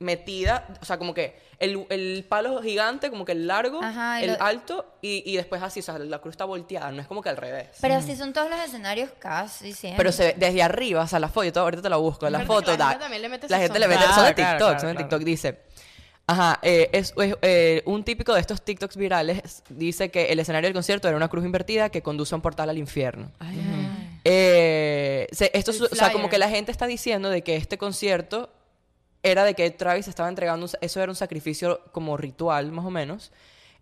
Speaker 1: metida, o sea, como que el, el palo gigante, como que el largo,
Speaker 5: Ajá, y
Speaker 1: el
Speaker 5: lo-
Speaker 1: alto, y, y después así, o sea, la cruz está volteada, no es como que al revés.
Speaker 5: pero así son todos los escenarios casi siempre.
Speaker 1: mm. Pero se ve desde arriba, o sea, la foto, yo te- ahorita te la busco, la
Speaker 2: Aparte
Speaker 1: foto,
Speaker 2: que la
Speaker 1: da-
Speaker 2: gente también le mete
Speaker 1: la
Speaker 2: su Ah,
Speaker 1: gente
Speaker 2: son.
Speaker 1: le mete, son de
Speaker 4: Claro,
Speaker 1: TikTok,
Speaker 4: claro, claro,
Speaker 1: son de
Speaker 4: claro.
Speaker 1: TikTok, dice, ajá, eh, es, es, eh, un típico de estos TikToks virales, dice que el escenario del concierto era una cruz invertida que conduce a un portal al infierno. Eh, se- esto,
Speaker 2: El
Speaker 1: su- o sea, como
Speaker 2: flyer.
Speaker 1: que la gente está diciendo de que este concierto era de que Travis estaba entregando, un sa- eso era un sacrificio como ritual, más o menos.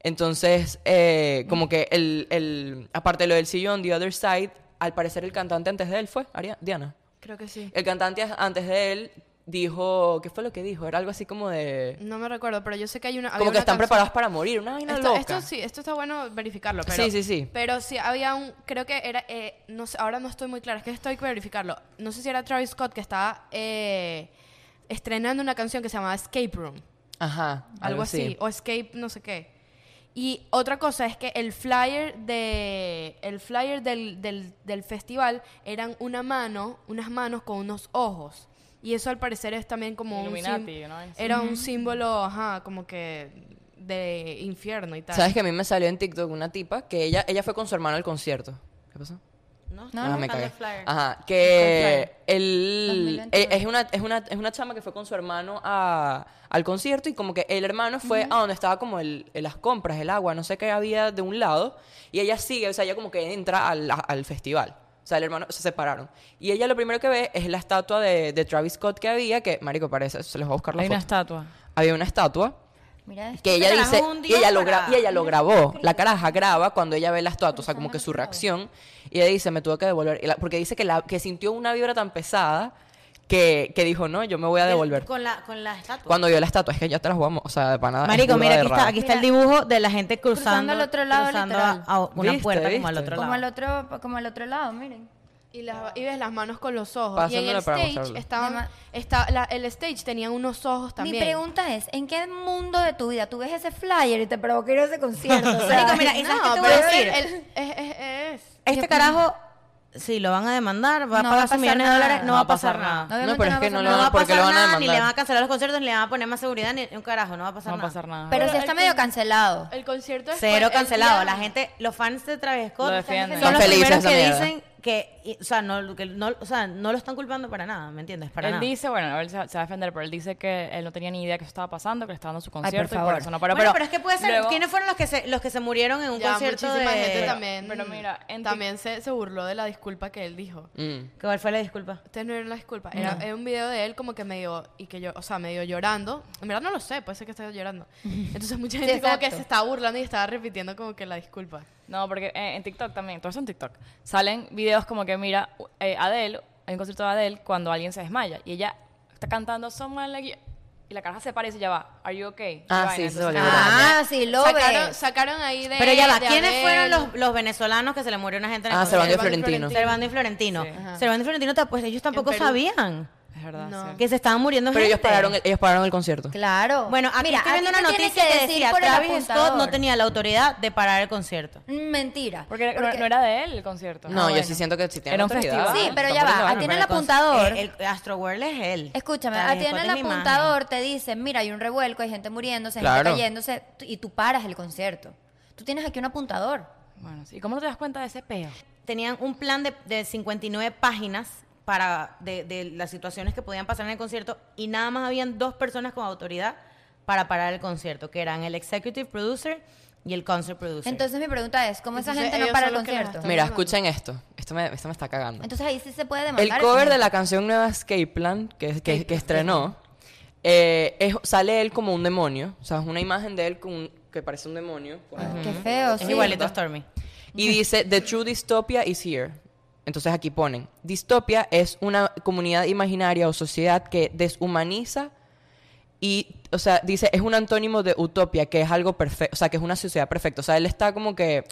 Speaker 1: Entonces, eh, como que el, el, aparte de lo del sillón, The Other Side, al parecer el cantante antes de él fue Ari- Diana.
Speaker 2: Creo que sí.
Speaker 1: El cantante as- antes de él dijo, ¿qué fue lo que dijo? Era algo así como de,
Speaker 2: No me recuerdo, pero yo sé que hay una. Mm, había
Speaker 1: como que
Speaker 2: una
Speaker 1: están
Speaker 2: canción-
Speaker 1: preparados para morir, una vaina
Speaker 2: Esto,
Speaker 1: loca.
Speaker 2: esto sí, esto está bueno verificarlo. Pero,
Speaker 1: Sí, sí, sí.
Speaker 2: Pero sí había un. Creo que era. eh, no sé, ahora no estoy muy clara, es que esto hay que verificarlo. No sé si era Travis Scott que estaba eh, estrenando una canción que se llamaba Escape Room.
Speaker 1: Ajá,
Speaker 2: Algo, así. O Escape, no sé qué. Y otra cosa es que el flyer de el flyer del, del, del festival eran una mano, unas manos con unos ojos. Y eso al parecer es también como un
Speaker 4: Illuminati,
Speaker 2: sim-
Speaker 4: ¿no? Sí.
Speaker 2: era un símbolo, ajá, como que de infierno y tal.
Speaker 1: ¿Sabes que a mí me salió en TikTok una tipa que ella, ella fue con su hermano al concierto? ¿Qué pasó?
Speaker 3: No,
Speaker 1: Ah,
Speaker 3: no,
Speaker 1: me
Speaker 3: buscando
Speaker 1: cagué.
Speaker 3: el flyer.
Speaker 1: Ajá, que el,
Speaker 5: 2021.
Speaker 1: eh, es, una, es, una, es una chama que fue con su hermano a- al concierto y como que el hermano fue a donde estaba como el, el- las compras, el agua, no sé qué había de un lado y ella sigue, o sea, ella como que entra al, al festival. O sea, el hermano se separaron. Y ella lo primero que ve es la estatua de, de Travis Scott que había, que, marico, parece, se les voy a buscar la
Speaker 4: hay una
Speaker 1: foto.
Speaker 4: estatua.
Speaker 1: Había una estatua
Speaker 5: Mira esto.
Speaker 1: que ella
Speaker 3: carajo
Speaker 1: dice
Speaker 3: un
Speaker 1: y ella lo
Speaker 3: dios
Speaker 1: gra-
Speaker 3: para-
Speaker 1: y ella lo grabó la caraja graba cuando ella ve la estatua o sea como que su reacción y ella dice me tuve que devolver Y la- porque dice que la que sintió una vibra tan pesada que, que dijo no yo me voy a devolver
Speaker 3: Con la, con la estatua.
Speaker 1: cuando vio la estatua es que ya te las vamos o sea para nada es
Speaker 3: Marico,
Speaker 1: burda
Speaker 3: mira,
Speaker 1: de
Speaker 3: aquí está,
Speaker 1: raro.
Speaker 3: aquí está el dibujo de la gente cruzando,
Speaker 5: Cruzando al otro lado,
Speaker 3: cruzando
Speaker 5: literal.
Speaker 3: a- a una
Speaker 1: ¿Viste,
Speaker 3: puerta como
Speaker 1: viste?
Speaker 3: al otro
Speaker 5: Como
Speaker 3: lado.
Speaker 5: al otro, como al otro lado, miren.
Speaker 2: Y, las- y ves las manos con los ojos. y en
Speaker 1: Pásamela
Speaker 2: el
Speaker 1: para
Speaker 2: stage
Speaker 1: mostrarlo.
Speaker 2: estaban,
Speaker 5: Dema-
Speaker 2: estaba- la- el stage tenía unos ojos también.
Speaker 5: Mi pregunta es, ¿en qué mundo de tu vida tú ves ese flyer y te provoca ir a ese concierto? O sea,
Speaker 3: Marico, mira, ¿y sabes qué te voy
Speaker 2: pero
Speaker 3: a
Speaker 2: es
Speaker 3: decir?
Speaker 2: el- es- es- es-
Speaker 3: Este carajo si lo van a demandar, va
Speaker 5: No
Speaker 3: a pagar
Speaker 5: va a
Speaker 3: sus
Speaker 5: pasar
Speaker 3: millones de
Speaker 5: nada.
Speaker 3: dólares, no va a pasar nada.
Speaker 5: No,
Speaker 1: No, pero es que no
Speaker 5: obviamente
Speaker 1: lo
Speaker 3: No
Speaker 1: van
Speaker 3: va
Speaker 1: a
Speaker 3: a
Speaker 1: porque
Speaker 3: pasar
Speaker 1: lo van a
Speaker 3: nada, ni le van a
Speaker 1: demandar.
Speaker 3: cancelar los conciertos, ni le van a poner más seguridad, ni un carajo, no va a pasar
Speaker 4: No va
Speaker 3: nada. pues,
Speaker 4: a pasar nada.
Speaker 5: Pero
Speaker 2: Pero
Speaker 5: sí está
Speaker 2: el
Speaker 5: medio
Speaker 2: con-
Speaker 5: cancelado.
Speaker 2: El concierto es pues,
Speaker 3: Cero
Speaker 2: el
Speaker 3: cancelado.
Speaker 2: día-
Speaker 3: La gente, los fans de Travis Scott
Speaker 4: Lo defienden.
Speaker 3: son
Speaker 1: Son
Speaker 3: los
Speaker 1: felices
Speaker 3: primeros
Speaker 1: esa
Speaker 3: que
Speaker 1: mierda.
Speaker 3: dicen que, y- o sea, no, que no, o sea, no lo están culpando para nada, ¿me entiendes? Para
Speaker 4: él
Speaker 3: nada.
Speaker 4: dice, bueno, él se, se va a defender, pero él dice que él no tenía ni idea que eso estaba pasando, que le estaba dando su concierto y por
Speaker 5: favor.
Speaker 4: eso no paró.
Speaker 3: Bueno, pero, es que puede ser,
Speaker 4: luego-
Speaker 3: ¿quiénes fueron los que se, los que se murieron en un
Speaker 2: Ya,
Speaker 3: concierto de
Speaker 2: muchísima gente también.
Speaker 4: Pero mira, en
Speaker 2: también se, se burló de la disculpa que él dijo.
Speaker 1: Mm.
Speaker 3: ¿Cuál fue la disculpa?
Speaker 2: Ustedes no vieron la disculpa. Era, era un video de él como que medio, y que yo, o sea, medio llorando. En verdad no lo sé, puede ser que esté llorando. Entonces mucha gente como que
Speaker 5: exacto.
Speaker 2: se estaba burlando y estaba repitiendo como que la disculpa.
Speaker 4: No, porque eh, en TikTok también, todo eso en TikTok, salen videos como que, mira, u- eh, Adele, hay un concierto de Adele cuando alguien se desmaya y ella está cantando Someone Like You y la cara se para y dice, ya va, ¿Are you okay?
Speaker 1: Ah,
Speaker 4: Y vaina,
Speaker 1: sí,
Speaker 4: entonces-
Speaker 1: se volvió
Speaker 4: Ah,
Speaker 5: Ah, sí, lo
Speaker 2: sacaron,
Speaker 5: ves.
Speaker 2: sacaron ahí de
Speaker 3: Pero ya va,
Speaker 2: de
Speaker 3: ¿quiénes
Speaker 2: Adele.
Speaker 3: fueron los, los venezolanos que se le murió una gente en el
Speaker 1: Ah, Servando y
Speaker 3: concierto?
Speaker 1: Florentino.
Speaker 3: Servando y Florentino. Servando y Florentino, ta- pues ellos tampoco
Speaker 2: Perú. Ah.
Speaker 3: sabían
Speaker 4: Es verdad, sí.
Speaker 3: que se estaban muriendo
Speaker 1: Pero ellos
Speaker 3: gente.
Speaker 1: pararon, el, ellos pararon el concierto.
Speaker 5: Claro.
Speaker 3: Bueno, aquí
Speaker 5: Mira,
Speaker 3: estoy viendo
Speaker 5: aquí
Speaker 3: una
Speaker 5: te tienes
Speaker 3: noticia que,
Speaker 5: decir
Speaker 3: decía
Speaker 5: por el
Speaker 3: Travis Scott no
Speaker 5: apuntador.
Speaker 3: tenía la autoridad de parar el concierto.
Speaker 5: Mm, Mentira.
Speaker 4: Porque, no-
Speaker 5: Porque-
Speaker 4: no era de él el concierto.
Speaker 1: No,
Speaker 5: Ah,
Speaker 1: yo
Speaker 5: bueno.
Speaker 1: sí siento que sí tienen
Speaker 4: Era un
Speaker 1: autoridad.
Speaker 4: festival.
Speaker 5: Sí, pero
Speaker 1: Tampoco
Speaker 5: ya
Speaker 1: le van
Speaker 5: va.
Speaker 1: a
Speaker 5: A ti en
Speaker 1: parar
Speaker 5: el
Speaker 1: el concierto.
Speaker 5: apuntador.
Speaker 3: Eh, el Astro World es él.
Speaker 5: Escúchame,
Speaker 3: Travis
Speaker 5: a ti en
Speaker 3: Scott
Speaker 5: el
Speaker 3: es mi imagen.
Speaker 5: apuntador te dicen, mira, hay un revuelco, hay gente muriéndose, hay
Speaker 1: Claro.
Speaker 5: gente cayéndose, tú- y tú paras el concierto. Tú tienes aquí un apuntador.
Speaker 4: Bueno, sí. ¿Y cómo no te das cuenta de ese peo?
Speaker 3: Tenían un plan de, de 59 páginas para de, de las situaciones que podían pasar en el concierto y nada más habían dos personas con autoridad para parar el concierto, que eran el executive producer y el concert producer.
Speaker 5: Entonces mi pregunta es, ¿cómo esa
Speaker 2: Entonces,
Speaker 5: gente no
Speaker 2: ellos
Speaker 5: para el
Speaker 2: son los que las
Speaker 5: concierto?
Speaker 2: están-
Speaker 1: Mira, escuchen esto. Esto me, esto me está cagando.
Speaker 5: Entonces ahí sí se puede demandar.
Speaker 1: El
Speaker 5: a esa
Speaker 1: cover de
Speaker 5: gente.
Speaker 1: la canción nueva Escape Plan, que, que, que estrenó, eh, es- sale él como un demonio. O sea, es una imagen de él con un- que parece un demonio. por ahí.
Speaker 5: Qué feo,
Speaker 3: es
Speaker 5: sí.
Speaker 3: igualito a Stormy.
Speaker 1: Y dice, The true dystopia is here. Entonces aquí ponen, distopia es una comunidad imaginaria o sociedad que deshumaniza y, o sea, dice, es un antónimo de utopia, que es algo perfecto, o sea, que es una sociedad perfecta. O sea, él está como que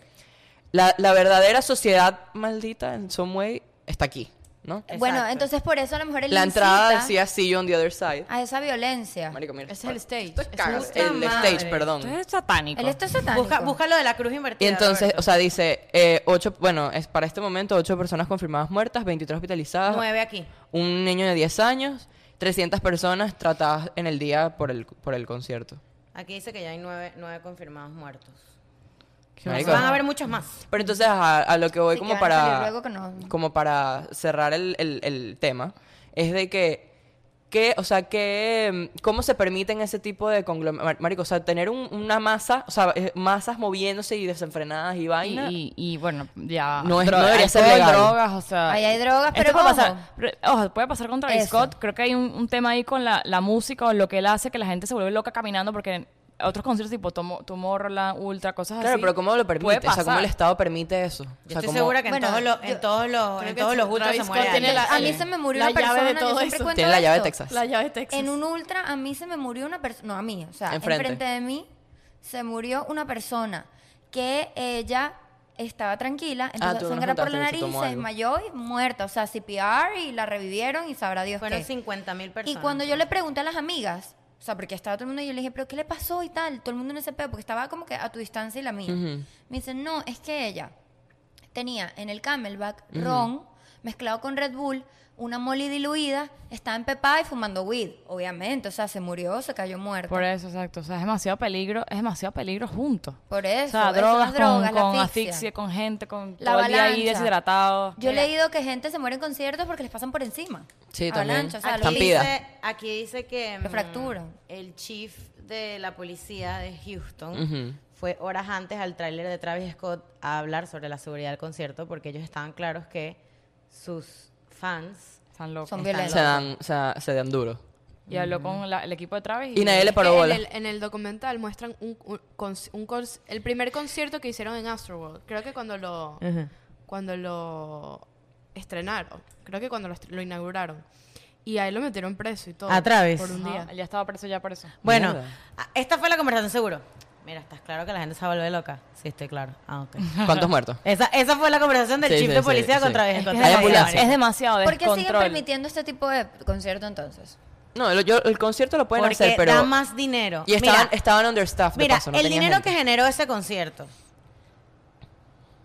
Speaker 1: la, la verdadera sociedad maldita, en some way, está aquí, ¿no?
Speaker 5: Bueno,
Speaker 3: Exacto.
Speaker 5: entonces por eso a lo mejor él
Speaker 1: La entrada
Speaker 5: incita
Speaker 1: decía, see you on the other side.
Speaker 3: Ah,
Speaker 5: a esa violencia.
Speaker 1: Marico, mira.
Speaker 2: Ese es el stage.
Speaker 1: Esto es
Speaker 2: Ese
Speaker 1: cagas.
Speaker 3: es-
Speaker 1: El
Speaker 3: Puta
Speaker 1: stage,
Speaker 3: madre.
Speaker 1: perdón.
Speaker 4: Entonces es satánico.
Speaker 5: Él está satánico.
Speaker 3: Busca, busca lo de la cruz invertida.
Speaker 1: Y entonces,
Speaker 3: Roberto.
Speaker 1: o sea, dice, eh, ocho, bueno, es para este momento, ocho personas confirmadas muertas, 23 hospitalizadas,
Speaker 3: nueve aquí.
Speaker 1: un niño de 10 años, 300 personas tratadas en el día por el, por el concierto.
Speaker 3: Aquí dice que ya hay nueve, nueve confirmados muertos.
Speaker 1: Marico.
Speaker 3: Van a haber muchos más.
Speaker 1: Pero entonces, a, a lo que voy
Speaker 5: Sí, que
Speaker 1: como
Speaker 5: van a salir
Speaker 1: para,
Speaker 5: luego que no.
Speaker 1: como para cerrar el, el- el tema, es de que, que, o sea, que, mm, ¿cómo se permiten ese tipo de conglomerados? Marico, o sea, tener un- una masa, o sea, eh, masas moviéndose y desenfrenadas y
Speaker 4: Y,
Speaker 1: vaina.
Speaker 4: y, y, bueno, ya.
Speaker 1: No es-
Speaker 4: droga-
Speaker 1: no debería ser
Speaker 4: alcohol,
Speaker 1: legal.
Speaker 4: drogas, o sea.
Speaker 5: Ahí hay drogas,
Speaker 4: esto
Speaker 5: pero
Speaker 4: puede
Speaker 5: ojo.
Speaker 4: pasar. pero, ojo, puede pasar con Travis
Speaker 5: Eso.
Speaker 4: Scott. Creo que hay un, un tema ahí con la, la música o lo que él hace que la gente se vuelve loca caminando porque otros conciertos tipo Tomo- Tomorrowland, Ultra, cosas
Speaker 1: Claro,
Speaker 4: así.
Speaker 1: pero ¿cómo lo permite?
Speaker 4: puede
Speaker 1: O sea, ¿cómo
Speaker 4: pasar.
Speaker 1: el Estado permite eso? O
Speaker 3: Yo
Speaker 1: sea,
Speaker 3: estoy
Speaker 1: ¿cómo-
Speaker 3: seguro que en
Speaker 5: Bueno,
Speaker 3: todos los,
Speaker 5: yo-
Speaker 3: en todos los,
Speaker 2: Creo
Speaker 3: en
Speaker 2: que
Speaker 3: todos los
Speaker 2: Travis
Speaker 3: ultras se
Speaker 2: Scott
Speaker 3: muere
Speaker 2: tiene
Speaker 3: alguien.
Speaker 2: la-
Speaker 5: a mí
Speaker 2: Sí.
Speaker 5: se me murió
Speaker 2: La
Speaker 5: una persona,
Speaker 2: llave de
Speaker 5: yo
Speaker 2: todo
Speaker 5: siempre
Speaker 2: eso.
Speaker 5: cuento
Speaker 1: Tiene la llave de
Speaker 5: esto.
Speaker 1: Texas.
Speaker 2: La llave de Texas.
Speaker 5: En un ultra a mí se me murió una persona, no a mí, o sea,
Speaker 1: Enfrente.
Speaker 5: enfrente. de mí se murió una persona que ella estaba tranquila,
Speaker 1: Ah, tú
Speaker 5: empezó a
Speaker 1: nos
Speaker 5: sangrar por la
Speaker 1: contaste que
Speaker 5: nariz,
Speaker 1: se tomó
Speaker 5: se
Speaker 1: algo.
Speaker 5: desmayó y muerta, o sea, CPR y la revivieron y sabrá Dios
Speaker 3: Fueron
Speaker 5: qué.
Speaker 3: 50 mil personas.
Speaker 5: Y cuando yo le pregunté a las amigas, o sea, porque estaba todo el mundo y yo le dije, pero ¿qué le pasó y tal? Todo el mundo en ese pedo, porque estaba como que a tu distancia y la mía.
Speaker 1: Ujú.
Speaker 5: Me dicen, no, es que ella tenía en el camelback ron mezclado con Red Bull, una molly diluida, estaba empepada y fumando weed, obviamente. O sea, se murió, se cayó muerto.
Speaker 4: Por e-, eso, exacto. O sea, es demasiado peligro, es demasiado peligro junto.
Speaker 5: Por
Speaker 4: O
Speaker 5: eso,
Speaker 4: sea,
Speaker 5: esas
Speaker 4: drogas,
Speaker 5: drogas,
Speaker 4: con,
Speaker 5: la
Speaker 4: con asfixia.
Speaker 5: asfixia.
Speaker 4: con gente, con
Speaker 5: La
Speaker 4: todo el día ahí
Speaker 5: avalancha.
Speaker 4: deshidratado.
Speaker 5: Yo he leído que gente se muere en conciertos porque les pasan por encima.
Speaker 1: Sí, también.
Speaker 5: Avalancha, o sea,
Speaker 3: Aquí
Speaker 5: lo vi.
Speaker 1: Estampida.
Speaker 3: dice, aquí dice que
Speaker 5: Lo
Speaker 3: mm,
Speaker 5: fracturan.
Speaker 3: el chief de la policía de Houston
Speaker 1: Ujú.
Speaker 3: fue horas antes al tráiler de Travis Scott a hablar sobre la seguridad del concierto porque ellos estaban claros que sus fans
Speaker 4: Están locos.
Speaker 5: Son
Speaker 3: Están
Speaker 5: violentos.
Speaker 1: Se dan, se, da- se dan duro.
Speaker 4: Y habló con la- el equipo de Travis.
Speaker 1: Y nadie le
Speaker 2: Es que
Speaker 1: paró
Speaker 2: en,
Speaker 1: bola.
Speaker 2: el, en el documental muestran un, un, conci- un conci- el primer concierto que hicieron en Astroworld. Creo que cuando lo cuando lo estrenaron, creo que cuando lo, est- lo inauguraron. Y ahí lo metieron preso y todo.
Speaker 3: ¿A Travis?
Speaker 2: Por un
Speaker 4: Ajá,
Speaker 2: día.
Speaker 4: él ya estaba preso ya por eso.
Speaker 3: bueno
Speaker 1: Mierda.
Speaker 3: a- esta fue la conversación seguro mira estás claro que la gente se vuelve loca sí estoy claro ah ok
Speaker 1: ¿Cuántos muertos?
Speaker 3: esa, esa fue la conversación del
Speaker 1: Sí,
Speaker 3: chief
Speaker 1: sí,
Speaker 3: de
Speaker 1: sí,
Speaker 3: policía
Speaker 1: sí.
Speaker 3: con Travis Scott
Speaker 1: que Hay ambulancia.
Speaker 4: Es demasiado
Speaker 5: ¿Por qué
Speaker 4: descontrol.
Speaker 5: siguen permitiendo este tipo de concierto entonces?
Speaker 1: No, lo- yo- el concierto lo pueden
Speaker 3: porque
Speaker 1: hacer, pero...
Speaker 3: da más dinero
Speaker 1: Y estaban,
Speaker 3: Mira,
Speaker 1: estaban understaffed, de
Speaker 3: Mira,
Speaker 1: paso, no
Speaker 3: el
Speaker 1: tenía
Speaker 3: dinero
Speaker 1: gente.
Speaker 3: que generó ese concierto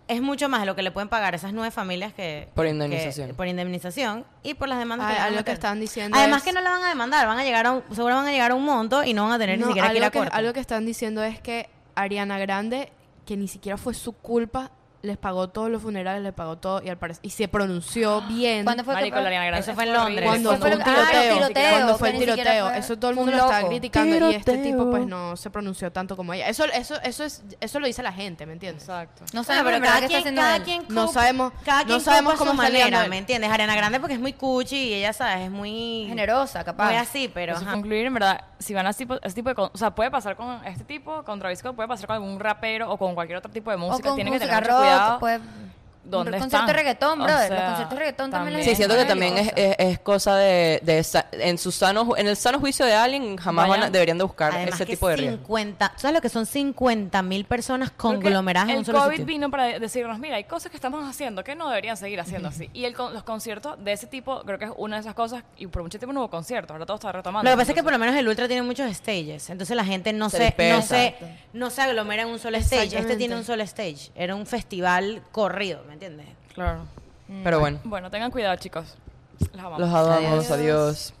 Speaker 3: es mucho más de lo que le pueden pagar a esas nueve familias que...
Speaker 1: Por
Speaker 3: que-
Speaker 1: indemnización.
Speaker 3: por indemnización y por las demandas
Speaker 2: Ah,
Speaker 3: le van a
Speaker 2: algo que
Speaker 3: meter.
Speaker 2: estaban diciendo
Speaker 3: Además
Speaker 2: es-
Speaker 3: que no la van a demandar, van a llegar a un, seguro van a llegar a un monto y no van a tener
Speaker 2: No,
Speaker 3: ni siquiera que ir a
Speaker 2: algo
Speaker 3: corte.
Speaker 2: que, algo que están diciendo es que Ariana Grande, que ni siquiera fue su culpa, les pagó todos los funerales, les pagó todo y al parecer y se pronunció bien.
Speaker 5: ¿Cuándo fue
Speaker 4: Marico,
Speaker 5: que
Speaker 4: la Ariana Grande.
Speaker 3: Eso fue en
Speaker 4: horrible.
Speaker 3: Londres.
Speaker 2: cuando
Speaker 5: Eso fue
Speaker 2: fue
Speaker 5: lo
Speaker 2: un
Speaker 5: que- ah,
Speaker 2: tiroteo,
Speaker 5: los tiroteos,
Speaker 2: cuando fue
Speaker 5: que
Speaker 2: el
Speaker 5: ni siquiera
Speaker 2: tiroteo,
Speaker 5: fue-
Speaker 2: eso todo el
Speaker 5: fue
Speaker 2: mundo
Speaker 5: un
Speaker 2: lo estaba
Speaker 5: loco.
Speaker 2: criticando y este tipo pues no se pronunció tanto como ella. Eso eso eso es eso lo dice la gente, ¿me entiendes?
Speaker 4: Exacto.
Speaker 3: Bueno,
Speaker 5: No sabemos en verdad qué está haciendo
Speaker 3: cada
Speaker 5: él.
Speaker 3: quien
Speaker 2: No
Speaker 3: cope-
Speaker 2: sabemos-
Speaker 3: cada
Speaker 2: no
Speaker 3: quien
Speaker 2: sabemos
Speaker 3: cope a su
Speaker 2: cómo está lidiando
Speaker 3: manera,
Speaker 2: él.
Speaker 3: ¿me entiendes? Ariana Grande porque es muy cuchi y ella, ¿sabes? Es muy...
Speaker 5: Generosa, capaz.
Speaker 3: Muy así, pero...
Speaker 4: Eso,
Speaker 3: ajá.
Speaker 4: concluir, en verdad, si van a ese tipo, ese tipo de... con- O sea, puede pasar con este tipo, con Travis Scott, puede pasar con algún rapero o con cualquier otro tipo de
Speaker 5: O
Speaker 4: música.
Speaker 5: con
Speaker 4: Tienen que
Speaker 5: música
Speaker 4: tener mucho cuidado.
Speaker 5: rock, pues,
Speaker 4: ¿Dónde
Speaker 5: un
Speaker 4: están?
Speaker 5: concierto de reggaetón,
Speaker 4: O
Speaker 5: brother, los
Speaker 4: sea,
Speaker 5: conciertos de reggaetón también les-
Speaker 1: Sí, siento que también es,
Speaker 5: Maravilloso.
Speaker 1: es, es cosa de, de sa- en su sano ju- en el sano juicio de alguien jamás
Speaker 4: Vaya.
Speaker 1: van a- deberían de buscar
Speaker 3: Además
Speaker 1: ese
Speaker 3: que
Speaker 1: tipo de riesgo.
Speaker 3: 50... ¿Sabes lo que son 50 mil personas
Speaker 4: Creo que
Speaker 3: conglomeradas en
Speaker 4: el
Speaker 3: un solo
Speaker 4: COVID
Speaker 3: sitio?
Speaker 4: vino para de- decirnos, mira, hay cosas que estamos haciendo que no deberían seguir haciendo así. Y el, con- los conciertos de ese tipo creo que es una de esas cosas, y por mucho tiempo no hubo conciertos, ahora todo está retomando.
Speaker 3: Lo que pasa es que por
Speaker 4: Entonces,
Speaker 3: lo menos el Ultra tiene muchos stages, entonces la gente no
Speaker 1: Se
Speaker 3: se, no
Speaker 1: dispersa.
Speaker 3: se, no se aglomera en un solo stage. Este
Speaker 2: Exactamente.
Speaker 3: tiene un solo stage. Era un festival corrido, ¿me entiendes?
Speaker 4: Claro.
Speaker 1: Pero bueno,
Speaker 3: Mm.
Speaker 4: Bueno, tengan cuidado, chicos. Los amamos.
Speaker 1: los amamos, adiós.